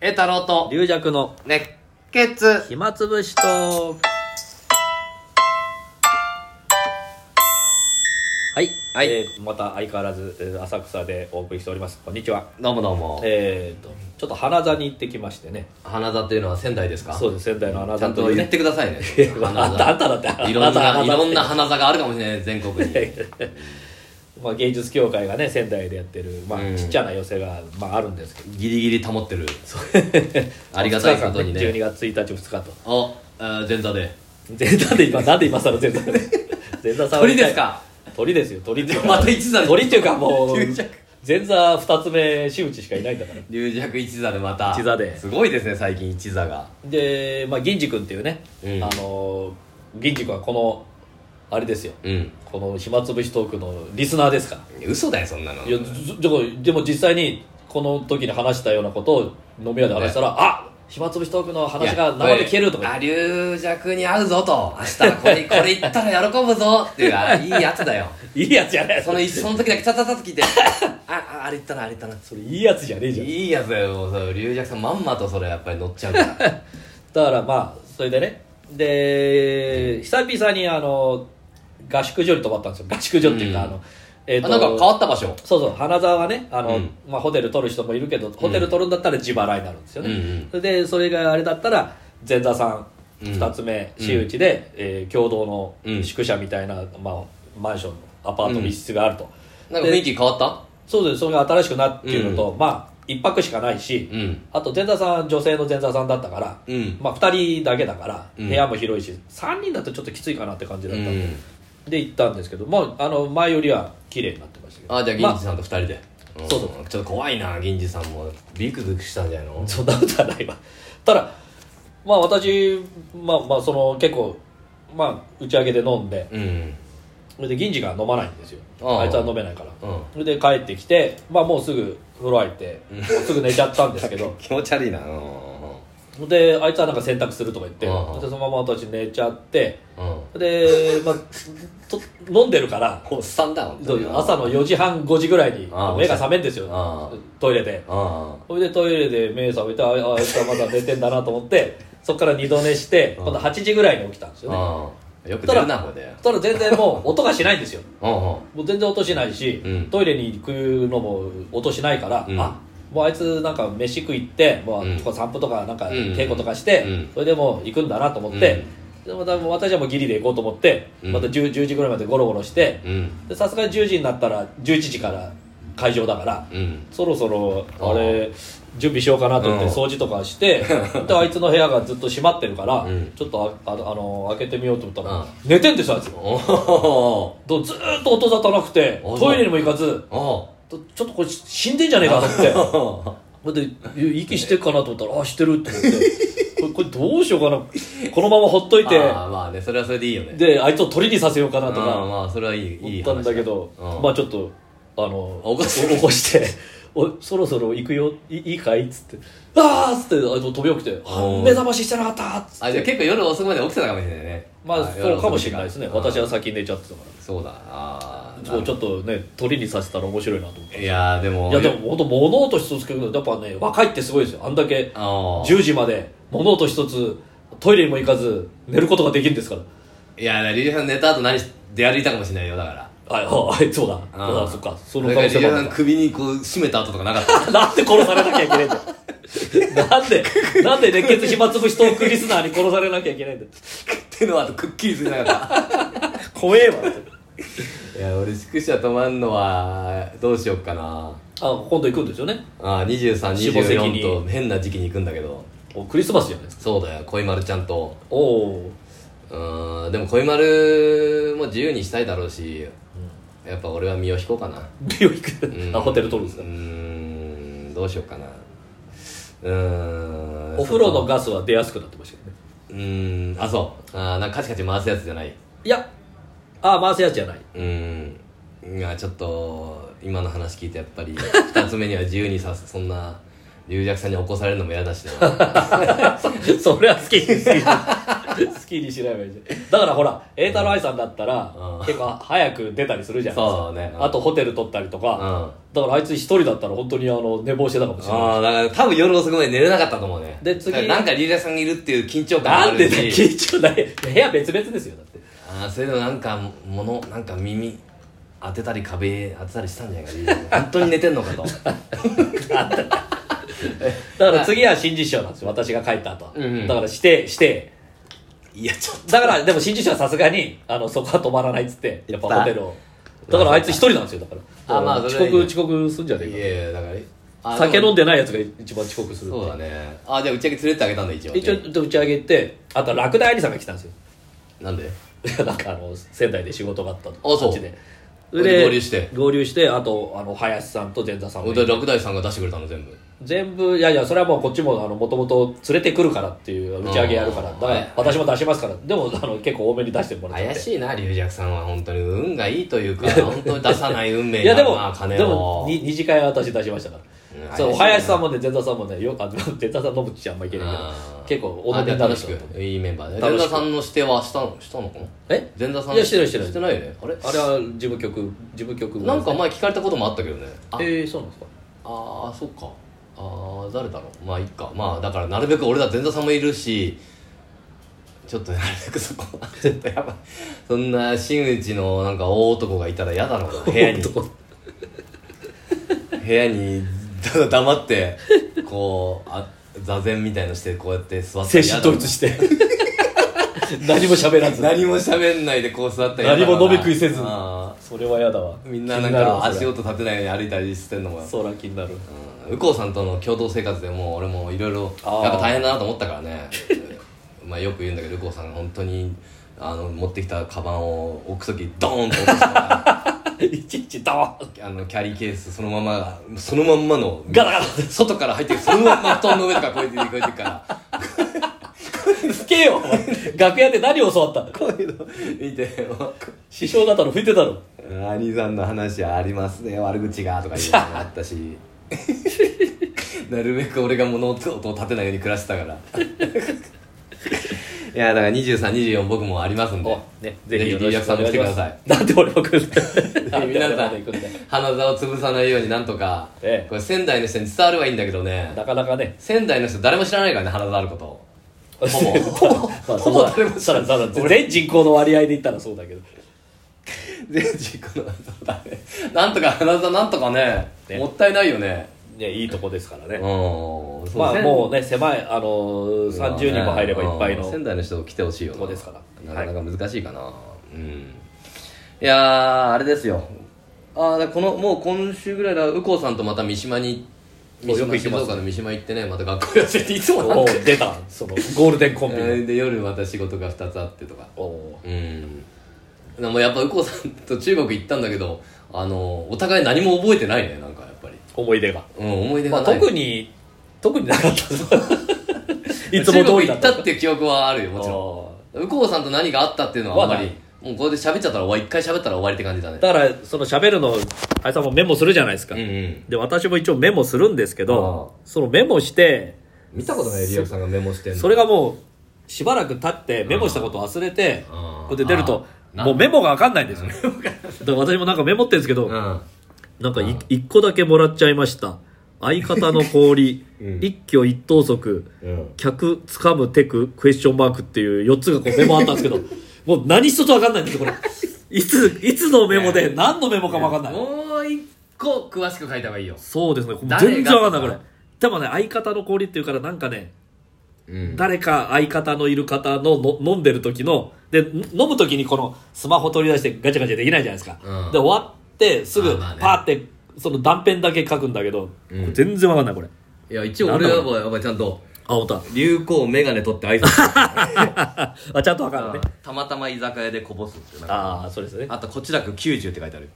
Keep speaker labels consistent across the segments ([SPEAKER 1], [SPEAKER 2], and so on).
[SPEAKER 1] 栄太郎と
[SPEAKER 2] 龍弱の
[SPEAKER 1] 熱血
[SPEAKER 2] 暇つぶしとはい、
[SPEAKER 1] はい
[SPEAKER 2] えーまた相変わらずえー浅草でお送りしておりますこんにちは
[SPEAKER 1] どうもどうも
[SPEAKER 2] えー、とちょっと花座に行ってきましてね
[SPEAKER 1] 花座というのは仙台ですか
[SPEAKER 2] そうです仙台の
[SPEAKER 1] ち
[SPEAKER 2] 花
[SPEAKER 1] ゃ
[SPEAKER 2] 座
[SPEAKER 1] んと言ってくだ さいね
[SPEAKER 2] あんたあんただってあんた
[SPEAKER 1] いろん
[SPEAKER 2] あ
[SPEAKER 1] な
[SPEAKER 2] た
[SPEAKER 1] いろんな花座があるかもしれない全国 に
[SPEAKER 2] まあ、芸術協会がね仙台でやってる、まあ
[SPEAKER 1] うん
[SPEAKER 2] ちっちゃな寄せが、まあ、あるんですけど
[SPEAKER 1] ギリギリ保ってる ありがたいこと に
[SPEAKER 2] 12
[SPEAKER 1] ね
[SPEAKER 2] 月1日2日と
[SPEAKER 1] おあ前座で
[SPEAKER 2] 前座で今なんで今更前座 で前座さんは
[SPEAKER 1] 鳥ですか
[SPEAKER 2] 鳥ですよ鳥っていう か
[SPEAKER 1] また一座で
[SPEAKER 2] 鳥っていうか もう
[SPEAKER 1] 龍尺
[SPEAKER 2] 前座二つ目真打ちしかいないんだから
[SPEAKER 1] 龍尺一座でまた
[SPEAKER 2] 一座です
[SPEAKER 1] ごいですね最近一座が
[SPEAKER 2] で、まあ、銀次君っていうね、
[SPEAKER 1] うん
[SPEAKER 2] あの銀次君はこのあれですよ
[SPEAKER 1] うん
[SPEAKER 2] この暇つぶしトークのリスナーですか
[SPEAKER 1] 嘘だよそんなの
[SPEAKER 2] らいやずでもでも実際にこの時に話したようなことを飲み屋で話したら、あ暇つぶしトークの話が生で消えるとか言って
[SPEAKER 1] あ龍尺に合うぞと明日これこれ言ったら喜ぶぞっていうあいいやつだよ
[SPEAKER 2] いいやつじゃねえ
[SPEAKER 1] そ
[SPEAKER 2] そ れ
[SPEAKER 1] のその時だけチャチャチャって 聞いてあああれ言ったなあれ言ったない
[SPEAKER 2] いやつじゃねえじゃん
[SPEAKER 1] いいやつだよもうそれ龍尺さんまんまとそれやっぱり乗っちゃうから
[SPEAKER 2] だからまあそれでねで久々にあの合宿所に泊まったんですよ合宿所っていうか、
[SPEAKER 1] うん
[SPEAKER 2] あのえー
[SPEAKER 1] あなんか変わった場所
[SPEAKER 2] そうそう花沢はねあの、
[SPEAKER 1] うん
[SPEAKER 2] まあ、ホテル取る人もいるけどホテル取るんだったら自腹になるんですよね、
[SPEAKER 1] うんうん
[SPEAKER 2] それでそれがあれだったら前座さん
[SPEAKER 1] うん
[SPEAKER 2] 2つ目、私有地で、えー共同
[SPEAKER 1] う
[SPEAKER 2] の
[SPEAKER 1] ん
[SPEAKER 2] 宿舎みたいな、まあ、マンションアパートの一室があると、
[SPEAKER 1] なんか雰囲気変わった
[SPEAKER 2] そうですそれが新しくなっていうのと、まあ一泊しかないし、
[SPEAKER 1] うん
[SPEAKER 2] あと前座さん女性の前座さんだったから、
[SPEAKER 1] うん
[SPEAKER 2] まあ、2人だけだから
[SPEAKER 1] うん
[SPEAKER 2] 部屋も広いし、3人だとちょっときついかなって感じだ
[SPEAKER 1] う
[SPEAKER 2] ったんで、
[SPEAKER 1] ん
[SPEAKER 2] で行ったんですけどもうあの前よりは綺麗になってましたけど
[SPEAKER 1] あじゃあ銀
[SPEAKER 2] ま
[SPEAKER 1] 次さんと二人で、ん
[SPEAKER 2] そうそう
[SPEAKER 1] ちょっと怖いな銀次さんもビクビクしたんじゃないの
[SPEAKER 2] そんなことはないわただまあ私まあまあその結構まあ打ち上げで飲んで
[SPEAKER 1] うん
[SPEAKER 2] それで銀次が飲まないんですよ
[SPEAKER 1] ああ
[SPEAKER 2] あいつは飲めないから
[SPEAKER 1] うん
[SPEAKER 2] それで帰ってきてまあもうすぐ風呂入ってすぐ寝ちゃったんですけど
[SPEAKER 1] 気持ち悪いなうん
[SPEAKER 2] であいつはなんか洗濯するとか言って
[SPEAKER 1] うん
[SPEAKER 2] でそのまま私寝ちゃって
[SPEAKER 1] うん
[SPEAKER 2] で、まあ、と飲んでるから
[SPEAKER 1] おっさんだもん
[SPEAKER 2] そう朝の4時半5時ぐらいに
[SPEAKER 1] ああ
[SPEAKER 2] 目が覚めるんですよ
[SPEAKER 1] ああ
[SPEAKER 2] トイレで
[SPEAKER 1] あ
[SPEAKER 2] それでトイレで目覚めてあああいつはまだ寝てんだなと思って そこから二度寝して
[SPEAKER 1] ああ
[SPEAKER 2] 今度8時ぐらいに起きたんです
[SPEAKER 1] あ
[SPEAKER 2] よね
[SPEAKER 1] ああよく出るなこれで
[SPEAKER 2] そしたら全然もう音がしないんですよ
[SPEAKER 1] うんうん
[SPEAKER 2] もう全然音しないし、
[SPEAKER 1] うん
[SPEAKER 2] トイレに行くのも音しないから、
[SPEAKER 1] うん
[SPEAKER 2] あもうあいつなんか飯食い行ってもう
[SPEAKER 1] うん
[SPEAKER 2] とか散歩とかなんか
[SPEAKER 1] うん
[SPEAKER 2] 稽古とかして、
[SPEAKER 1] うん
[SPEAKER 2] それでもう行くんだなと思って、でまたもう私はもうギリで行こうと思って、
[SPEAKER 1] うん
[SPEAKER 2] また 10, 10時ぐらいまでゴロゴロして
[SPEAKER 1] うん
[SPEAKER 2] でさすがに10時になったら11時から会場だから
[SPEAKER 1] うん
[SPEAKER 2] そろそろ
[SPEAKER 1] あー
[SPEAKER 2] あれ準備しようかなと思って
[SPEAKER 1] うん
[SPEAKER 2] 掃除とかして、であいつの部屋がずっと閉まってるから、
[SPEAKER 1] うん
[SPEAKER 2] ちょっとああのあの開けてみようと思ったら、
[SPEAKER 1] うん
[SPEAKER 2] 寝てんですよあいつ
[SPEAKER 1] おお
[SPEAKER 2] とずーっと音沙汰なくて
[SPEAKER 1] あ
[SPEAKER 2] トイレにも行かず
[SPEAKER 1] お
[SPEAKER 2] とちょっとこれ死んでんじゃねえかと思ってだ
[SPEAKER 1] お
[SPEAKER 2] ってい息してるかなと思ったらあしてるって思ってこれこれどうしようかなこのままほっといて
[SPEAKER 1] ああまあねそれはそれでいいよね
[SPEAKER 2] であいつを鳥にさせようかなと
[SPEAKER 1] ああ
[SPEAKER 2] か
[SPEAKER 1] まあそれはいいい
[SPEAKER 2] 思
[SPEAKER 1] い
[SPEAKER 2] った
[SPEAKER 1] 話
[SPEAKER 2] んだけど
[SPEAKER 1] うん
[SPEAKER 2] まあちょっとあの
[SPEAKER 1] 起こして
[SPEAKER 2] 起こしておそろそろ行くよいいいかいっつって「ああ!」っつってあいつ飛び起きて
[SPEAKER 1] お
[SPEAKER 2] あ
[SPEAKER 1] う
[SPEAKER 2] 「目覚まししてなかった!」っつって
[SPEAKER 1] あじゃあ結構夜遅くまで起きてたかもしれないね
[SPEAKER 2] まあそうかもしれないですね私
[SPEAKER 1] は
[SPEAKER 2] は先に寝ちゃってたから
[SPEAKER 1] そうだああ
[SPEAKER 2] そうちょっとね鳥にさせたら面白いなと思って。
[SPEAKER 1] いやーでも
[SPEAKER 2] いやでも本当物音一つ聞くのやっぱね若いってすごいですよあんだけ
[SPEAKER 1] ああ
[SPEAKER 2] 10時まで物音一つトイレにも行かず寝ることができるんですから
[SPEAKER 1] いやリリーさん寝た後何し出歩いたかもしれないよだから
[SPEAKER 2] あああそうだ
[SPEAKER 1] うん
[SPEAKER 2] あそっかその
[SPEAKER 1] だからリ
[SPEAKER 2] 可能
[SPEAKER 1] リ
[SPEAKER 2] 性
[SPEAKER 1] ーさ
[SPEAKER 2] もある
[SPEAKER 1] ん
[SPEAKER 2] のか
[SPEAKER 1] 首にこう絞めた後とかなかった
[SPEAKER 2] なんで殺されなきゃいけないんだよなんでなんで熱血暇つぶしトークリスナーに殺されなきゃいけないんだよ
[SPEAKER 1] 手の後くっきりするなかった
[SPEAKER 2] 怖えわって
[SPEAKER 1] いや俺宿舎泊まんのはどうしよっかな
[SPEAKER 2] あ今度行くんですよね
[SPEAKER 1] あ
[SPEAKER 2] 下関に
[SPEAKER 1] 2324と変な時期に行くんだけど
[SPEAKER 2] おクリスマスじゃないですか
[SPEAKER 1] そうだよ恋丸ちゃんと
[SPEAKER 2] おお
[SPEAKER 1] うーんでも恋丸も自由にしたいだろうし、やっぱ俺は身を引こうかな
[SPEAKER 2] 美容行
[SPEAKER 1] う
[SPEAKER 2] く、
[SPEAKER 1] ん
[SPEAKER 2] あホテル取るんです
[SPEAKER 1] う
[SPEAKER 2] か
[SPEAKER 1] ーんどうしようかなうーん
[SPEAKER 2] お風呂のガスは出やすくなってましたけどね
[SPEAKER 1] うーんあそうあーなんかカチカチ回すやつじゃない
[SPEAKER 2] いやあ回すやつ じゃないう
[SPEAKER 1] ーんいやちょっと今の話聞いてやっぱり二つ目には自由にさす そんな 龍弱さんに起こされるのも嫌だしな
[SPEAKER 2] そりゃ好きですよ 好きにしないばいいじゃんだからほら栄太郎愛さんだったら、
[SPEAKER 1] うん
[SPEAKER 2] 結構早く出たりするじゃないですか
[SPEAKER 1] そうねうん
[SPEAKER 2] あとホテル取ったりと
[SPEAKER 1] うん
[SPEAKER 2] か、
[SPEAKER 1] あ
[SPEAKER 2] だからあいつ一人だったら本当にあの寝坊してたかもしれない
[SPEAKER 1] あだから多分夜遅くまで寝れなかったと思うね
[SPEAKER 2] で次
[SPEAKER 1] だからなんかリーダーさんがいるっていう緊張感もあ
[SPEAKER 2] なんで
[SPEAKER 1] る
[SPEAKER 2] だ
[SPEAKER 1] し
[SPEAKER 2] 緊張ない部屋別々ですよだって
[SPEAKER 1] ああそれでもなんか物なんか耳当てたり壁当てたりしたんじゃないかリーダーさ ん本当に寝てんのか と
[SPEAKER 2] だから次は新次師匠なんですよ私が帰った後は、
[SPEAKER 1] うんうん
[SPEAKER 2] だからしてして
[SPEAKER 1] いやちょっと
[SPEAKER 2] だからでも新次師匠はさすがにあのそこは泊まらないっつってやっぱホテルをだからあいつ一人なんですよだから
[SPEAKER 1] あまあ
[SPEAKER 2] 遅
[SPEAKER 1] それはいい
[SPEAKER 2] 刻
[SPEAKER 1] ね
[SPEAKER 2] 遅刻すんじゃね
[SPEAKER 1] い
[SPEAKER 2] え
[SPEAKER 1] やいやだから
[SPEAKER 2] か
[SPEAKER 1] あ
[SPEAKER 2] 酒
[SPEAKER 1] でも
[SPEAKER 2] 飲んでないやつが一番遅刻するっていう
[SPEAKER 1] そうだねあじゃあ打ち上げ連れてってあげたんだ一応ね
[SPEAKER 2] 一応打ち上げ行ってあとラクダ兄さんが来たんですよ
[SPEAKER 1] なんで
[SPEAKER 2] なんかあの仙台で仕事があったと
[SPEAKER 1] そう
[SPEAKER 2] こっちで
[SPEAKER 1] それで合流して
[SPEAKER 2] 合流してあとあの林さんと前座さんも
[SPEAKER 1] 俺六大さんが出してくれたの全部
[SPEAKER 2] 全部いやいやそれはもうこっちもあのもともと連れてくるからっていう打ち上げやるから
[SPEAKER 1] あ
[SPEAKER 2] だ
[SPEAKER 1] ー
[SPEAKER 2] から私も出しますからでもあの結構多めに出してもらって
[SPEAKER 1] 怪しいな龍尺さんは本当に運がいいというか 本当に出さない運命
[SPEAKER 2] いやでも
[SPEAKER 1] な金を
[SPEAKER 2] でもに二次会は私出しましたから、
[SPEAKER 1] うん
[SPEAKER 2] そう
[SPEAKER 1] 怪しいな
[SPEAKER 2] 林さんもね前座さんもねよくあの前座さん飲むっちゃあんまいけないけど
[SPEAKER 1] あー
[SPEAKER 2] 結構お飲
[SPEAKER 1] あ
[SPEAKER 2] み
[SPEAKER 1] じゃ
[SPEAKER 2] に
[SPEAKER 1] あ
[SPEAKER 2] なる
[SPEAKER 1] 楽
[SPEAKER 2] 人
[SPEAKER 1] し
[SPEAKER 2] だと
[SPEAKER 1] くいいメンバーで
[SPEAKER 2] 楽し
[SPEAKER 1] 前
[SPEAKER 2] く
[SPEAKER 1] 座さんの指定はしたのしたのかな
[SPEAKER 2] え
[SPEAKER 1] 前座さん
[SPEAKER 2] いやしてないしてない
[SPEAKER 1] してないよねあれ
[SPEAKER 2] あれは事務局事務局
[SPEAKER 1] なんか前聞かれたこともあったけどねあ、
[SPEAKER 2] えー、そうなんですか
[SPEAKER 1] あーそっかあー誰だろうまあいっかまあだからなるべく俺だ前座さんもいるしちょっとなるべくそこはちょっとやばいそんな真打ちのなんか大男がいたら嫌だろうな部屋に
[SPEAKER 2] 男
[SPEAKER 1] 部屋にただ黙ってこうあ座禅みたいのしてこうやって座って
[SPEAKER 2] 精神統一して何も喋らず
[SPEAKER 1] 何も喋んないでこう座ったら嫌だな
[SPEAKER 2] 何も飲み食いせず
[SPEAKER 1] あ
[SPEAKER 2] それは嫌だわ
[SPEAKER 1] ーみんななんか足音立てないように歩いたりしてんのも
[SPEAKER 2] そら気になる
[SPEAKER 1] うん右近さんとの共同生活でもう俺もいろいろ
[SPEAKER 2] あー
[SPEAKER 1] やっぱ大変だなと思ったからね まあよく言うんだけど右近さんが本当にあの持ってきたカバンを置く時ドーンと落とした か
[SPEAKER 2] いちいちドーン
[SPEAKER 1] らあのキャリーケースそのままそのまんまの
[SPEAKER 2] ガタガタ
[SPEAKER 1] 外から入ってそのまんま布団の上とかこうやってこうやって から
[SPEAKER 2] 吹けよお前楽屋で何を教わった
[SPEAKER 1] こういうの見てもう
[SPEAKER 2] 師匠方の吹いてたろ
[SPEAKER 1] 兄さんの話はありますね悪口がとか言うのもあったし なるべく俺が物音を立て ないように暮らしてたからいやだから2324僕もありますんで
[SPEAKER 2] ね
[SPEAKER 1] ぜひリーダーさんも来てください
[SPEAKER 2] なんで俺も来るん だよ
[SPEAKER 1] 皆さん
[SPEAKER 2] 行くんだよ
[SPEAKER 1] 花座を潰さないようになんとか、
[SPEAKER 2] ええ
[SPEAKER 1] これ仙台の人に伝わればいいんだけどね
[SPEAKER 2] なかなかね
[SPEAKER 1] 仙台の人誰も知らないからね花座あることを ほぼ
[SPEAKER 2] ま
[SPEAKER 1] ほ
[SPEAKER 2] あそ
[SPEAKER 1] ぼ
[SPEAKER 2] うだ
[SPEAKER 1] 誰も知
[SPEAKER 2] そ
[SPEAKER 1] ら
[SPEAKER 2] ら
[SPEAKER 1] ない
[SPEAKER 2] そら全人口の割合で言ったらそうだけど
[SPEAKER 1] 全人口の花座なんとか花座なんとかね
[SPEAKER 2] ね
[SPEAKER 1] もったいないよね
[SPEAKER 2] いやいいとこですから
[SPEAKER 1] う
[SPEAKER 2] ね
[SPEAKER 1] んそう
[SPEAKER 2] まあ
[SPEAKER 1] 仙
[SPEAKER 2] もうね狭いあのー30人も入ればいっぱい
[SPEAKER 1] うん
[SPEAKER 2] の
[SPEAKER 1] 仙台の人来てほしいよな
[SPEAKER 2] ここですから
[SPEAKER 1] なかなか難しいかな、うんいやーあれですよああだからこのもう今週ぐらいだ右近さんとまた三島に
[SPEAKER 2] そう
[SPEAKER 1] 三
[SPEAKER 2] よ
[SPEAKER 1] 島
[SPEAKER 2] く行き
[SPEAKER 1] 静
[SPEAKER 2] ます
[SPEAKER 1] 岡の三島行ってねまた学校寄せていつもなん
[SPEAKER 2] お
[SPEAKER 1] か
[SPEAKER 2] ー出たそのゴールデンコンビ
[SPEAKER 1] えーで夜また仕事が2つあってとか
[SPEAKER 2] おお
[SPEAKER 1] うんでもやっぱ右近さんと中国行ったんだけどあのお互い何も覚えてないねなんかやっぱり、
[SPEAKER 2] 思い出が
[SPEAKER 1] うん、思い出が
[SPEAKER 2] まあ、
[SPEAKER 1] ない、
[SPEAKER 2] 特に特になかった いつ
[SPEAKER 1] 中
[SPEAKER 2] も通
[SPEAKER 1] 国
[SPEAKER 2] り
[SPEAKER 1] 行
[SPEAKER 2] だ
[SPEAKER 1] っ
[SPEAKER 2] った
[SPEAKER 1] たっていう記憶はあるよもちろん右近さんと何があったっていうのはあんま
[SPEAKER 2] は
[SPEAKER 1] り
[SPEAKER 2] ない
[SPEAKER 1] もうこれで喋っちゃったら終わり一回喋ったら終わりって感じだね
[SPEAKER 2] だからその喋るのあいさんもメモするじゃないですか、
[SPEAKER 1] うんうん
[SPEAKER 2] で私も一応メモするんですけどそのメモして
[SPEAKER 1] 見たことないリアクさんがメモしてんの
[SPEAKER 2] それがもうしばらく経ってメモしたこと忘れて、
[SPEAKER 1] うん
[SPEAKER 2] こうやって出ると
[SPEAKER 1] あな
[SPEAKER 2] もうメモが分かんないんですよ だから私もなんかメモってるんですけど、
[SPEAKER 1] うん
[SPEAKER 2] なんかい一個だけもらっちゃいました相方の氷、
[SPEAKER 1] うん
[SPEAKER 2] 一挙一投足
[SPEAKER 1] うん
[SPEAKER 2] 客つかむテククエスチョンマークっていう4つがこうメモあったんですけどもう何一つ分かんないんですよこれいついつのメモで何のメモかも分かんない、
[SPEAKER 1] もう一個詳しく書いた方がいいよ
[SPEAKER 2] そうですねこれ
[SPEAKER 1] 誰が
[SPEAKER 2] 全然分かんないこれでもね相方の氷っていうからなんかね
[SPEAKER 1] うん
[SPEAKER 2] 誰か相方のいる方のの飲んでる時ので飲む時にこのスマホ取り出してガチャガチャできないじゃないですか、
[SPEAKER 1] うん
[SPEAKER 2] で終わってす
[SPEAKER 1] あ
[SPEAKER 2] ぐ
[SPEAKER 1] まあね
[SPEAKER 2] パーってその断片だけ書くんだけど、
[SPEAKER 1] うん
[SPEAKER 2] これ全然分かんないこれ
[SPEAKER 1] いや一応俺はやっぱやっぱちゃんと
[SPEAKER 2] あ本当だ
[SPEAKER 1] 流行メガネ取って挨拶
[SPEAKER 2] あちゃんと分かるね
[SPEAKER 1] たまたま居酒屋でこぼすってなんか
[SPEAKER 2] ああそうですね
[SPEAKER 1] あとこちらく90って書いてある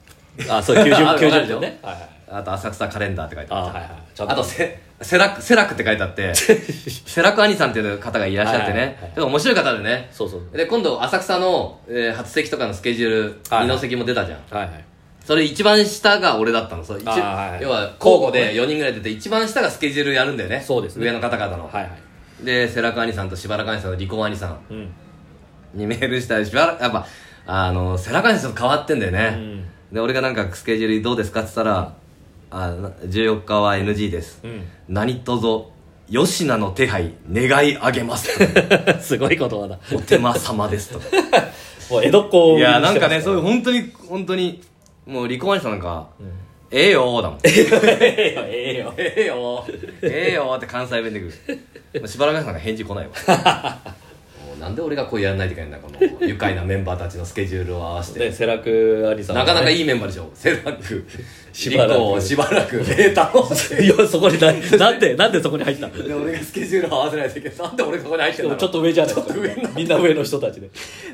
[SPEAKER 2] あそう90
[SPEAKER 1] あわかるでし
[SPEAKER 2] 90
[SPEAKER 1] ょ
[SPEAKER 2] ね、はいはい
[SPEAKER 1] あと浅草カレンダーって書いて
[SPEAKER 2] あ
[SPEAKER 1] ある
[SPEAKER 2] はいはいちゃん
[SPEAKER 1] あとセセラクセラクって書いてあって セラク兄さんっていう方がいらっしゃって
[SPEAKER 2] はいはい
[SPEAKER 1] ね
[SPEAKER 2] は
[SPEAKER 1] ちょ
[SPEAKER 2] い
[SPEAKER 1] っと面白い方でね
[SPEAKER 2] そうそう
[SPEAKER 1] で今度浅草の、えー初席とかのスケジュール、
[SPEAKER 2] はい
[SPEAKER 1] 二の席も出たじゃん
[SPEAKER 2] はいはい
[SPEAKER 1] それ一番下が俺だったのそれ一
[SPEAKER 2] あーはい
[SPEAKER 1] 要は交互で4人ぐらい出て一番下がスケジュールやるんだよね
[SPEAKER 2] そうですね
[SPEAKER 1] 上の方々の、
[SPEAKER 2] はいはい
[SPEAKER 1] でセラク兄さんとしばらく兄さんとリコ兄さん
[SPEAKER 2] うん
[SPEAKER 1] にメールしたらしばらくやっぱあの背中にちょっと変わってんだよ
[SPEAKER 2] う
[SPEAKER 1] ね、
[SPEAKER 2] ん
[SPEAKER 1] で俺がなんかスケジュールどうですかって言ったら「あな14日は NG です、
[SPEAKER 2] うん
[SPEAKER 1] 何とぞ吉名の手配願いあげます」
[SPEAKER 2] すごい言葉だ
[SPEAKER 1] お手間様です」とか
[SPEAKER 2] もう江戸っ子を
[SPEAKER 1] いやなん かねそう
[SPEAKER 2] う
[SPEAKER 1] いう本当に本当にもう離婚したなんか「 ええよ」だもん「
[SPEAKER 2] ええよええよ
[SPEAKER 1] ええよ」「ええよ」って関西弁で来る もうしばらくなんか返事来 ないわもうなんで俺がこうやらないといけないんだこの愉快なメンバーたちのスケジュールを合わせて
[SPEAKER 2] でセラクアリさん
[SPEAKER 1] なかなか
[SPEAKER 2] い
[SPEAKER 1] いいメンバーでしょセラック
[SPEAKER 2] しばらく
[SPEAKER 1] リコ しばら くデータを
[SPEAKER 2] いやそこにななんでなんでそこに入ったの
[SPEAKER 1] で俺がスケジュール合わせないといけないなんで俺ここに入ってん
[SPEAKER 2] で
[SPEAKER 1] だ
[SPEAKER 2] も
[SPEAKER 1] ろう
[SPEAKER 2] ちょっと上じゃない
[SPEAKER 1] ちょっと上な
[SPEAKER 2] みんな上の人たちで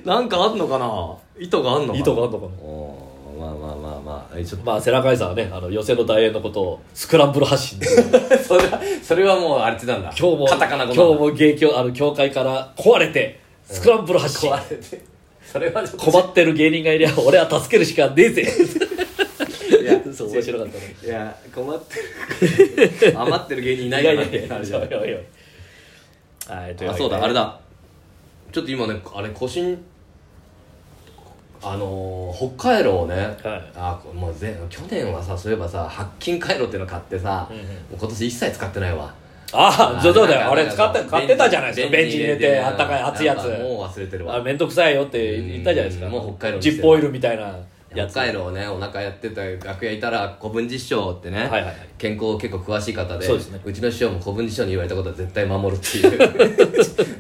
[SPEAKER 1] なんかあんのかな意図があんのかな
[SPEAKER 2] 意図があんのかな
[SPEAKER 1] おーまあまあまあまあえちょっと
[SPEAKER 2] まあセラクアリさんはねあの寄せの大円のことをスクランブル発信で
[SPEAKER 1] それはそれはもうあれってなんだ
[SPEAKER 2] 今日も
[SPEAKER 1] カタカナ語
[SPEAKER 2] 今
[SPEAKER 1] なん
[SPEAKER 2] 日
[SPEAKER 1] だ
[SPEAKER 2] も芸協あの教会から壊れてスクランブル発信
[SPEAKER 1] 壊れてそれはちょっと
[SPEAKER 2] 困ってる芸人がいりゃ俺は助けるしかねえぜ
[SPEAKER 1] いや
[SPEAKER 2] そう面白かったね
[SPEAKER 1] いや困ってる 余ってる芸人いない
[SPEAKER 2] いや
[SPEAKER 1] かな
[SPEAKER 2] いや
[SPEAKER 1] っ
[SPEAKER 2] い
[SPEAKER 1] て
[SPEAKER 2] や
[SPEAKER 1] あ
[SPEAKER 2] い
[SPEAKER 1] れじゃな
[SPEAKER 2] や
[SPEAKER 1] い
[SPEAKER 2] いやいやはいとい
[SPEAKER 1] あ
[SPEAKER 2] わけ
[SPEAKER 1] そ
[SPEAKER 2] で
[SPEAKER 1] うだあれだちょっと今ねあれ個人あのー北海道をね、
[SPEAKER 2] はい
[SPEAKER 1] あこもう前去年はさそういえばさ白金回路っていうの買ってさ、
[SPEAKER 2] うんうん
[SPEAKER 1] もう今年一切使ってないわ
[SPEAKER 2] ああそうだ
[SPEAKER 1] なん
[SPEAKER 2] よ
[SPEAKER 1] か
[SPEAKER 2] あれ使っ
[SPEAKER 1] な
[SPEAKER 2] て
[SPEAKER 1] んか
[SPEAKER 2] 買ってたじゃないですかベンチに入れてあったかい熱いやつ
[SPEAKER 1] なんかもう忘れてるわ
[SPEAKER 2] あめんどくさいよって言ったじゃないですか
[SPEAKER 1] うんもう北海道に
[SPEAKER 2] ジ
[SPEAKER 1] してる
[SPEAKER 2] ッポーオイルみたいな
[SPEAKER 1] 北
[SPEAKER 2] やつ
[SPEAKER 1] 海道をねお腹やってた楽屋いたら古文実証ってね、
[SPEAKER 2] はいはいはい
[SPEAKER 1] 健康結構詳しい方で
[SPEAKER 2] そうですね
[SPEAKER 1] うちの師匠も古文実証に言われたことは絶対守るって いう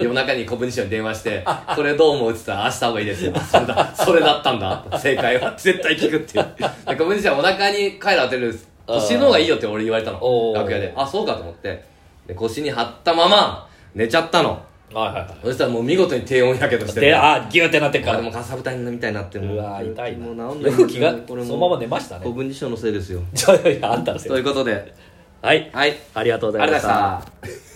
[SPEAKER 1] 夜中に古文実証に電話して「これどう思う?」って言ったら「あした方がいいですよ」それだそれだったんだ正解は絶対聞くっていうで古文実証はお腹にカイロ当てる腰の方がいいよって俺言われたの
[SPEAKER 2] おー
[SPEAKER 1] 楽屋であそうかと思ってで腰に貼ったまま寝ちゃったの
[SPEAKER 2] はいはいは
[SPEAKER 1] そしたらもう見事に低温やけどし
[SPEAKER 2] い
[SPEAKER 1] てて
[SPEAKER 2] であギューってなってっか
[SPEAKER 1] あ
[SPEAKER 2] ら
[SPEAKER 1] でもかさぶたみたいになっても
[SPEAKER 2] うわ痛いな
[SPEAKER 1] もう治んない
[SPEAKER 2] よく気が
[SPEAKER 1] これも
[SPEAKER 2] そのまま寝ました
[SPEAKER 1] 古
[SPEAKER 2] ね
[SPEAKER 1] 文辞書のせいですよ
[SPEAKER 2] ちょいやあんたのせい
[SPEAKER 1] ということで
[SPEAKER 2] はい
[SPEAKER 1] はい
[SPEAKER 2] ありがとうご
[SPEAKER 1] あ
[SPEAKER 2] ざ
[SPEAKER 1] り
[SPEAKER 2] い
[SPEAKER 1] がとうござい
[SPEAKER 2] ま
[SPEAKER 1] ま
[SPEAKER 2] し
[SPEAKER 1] したた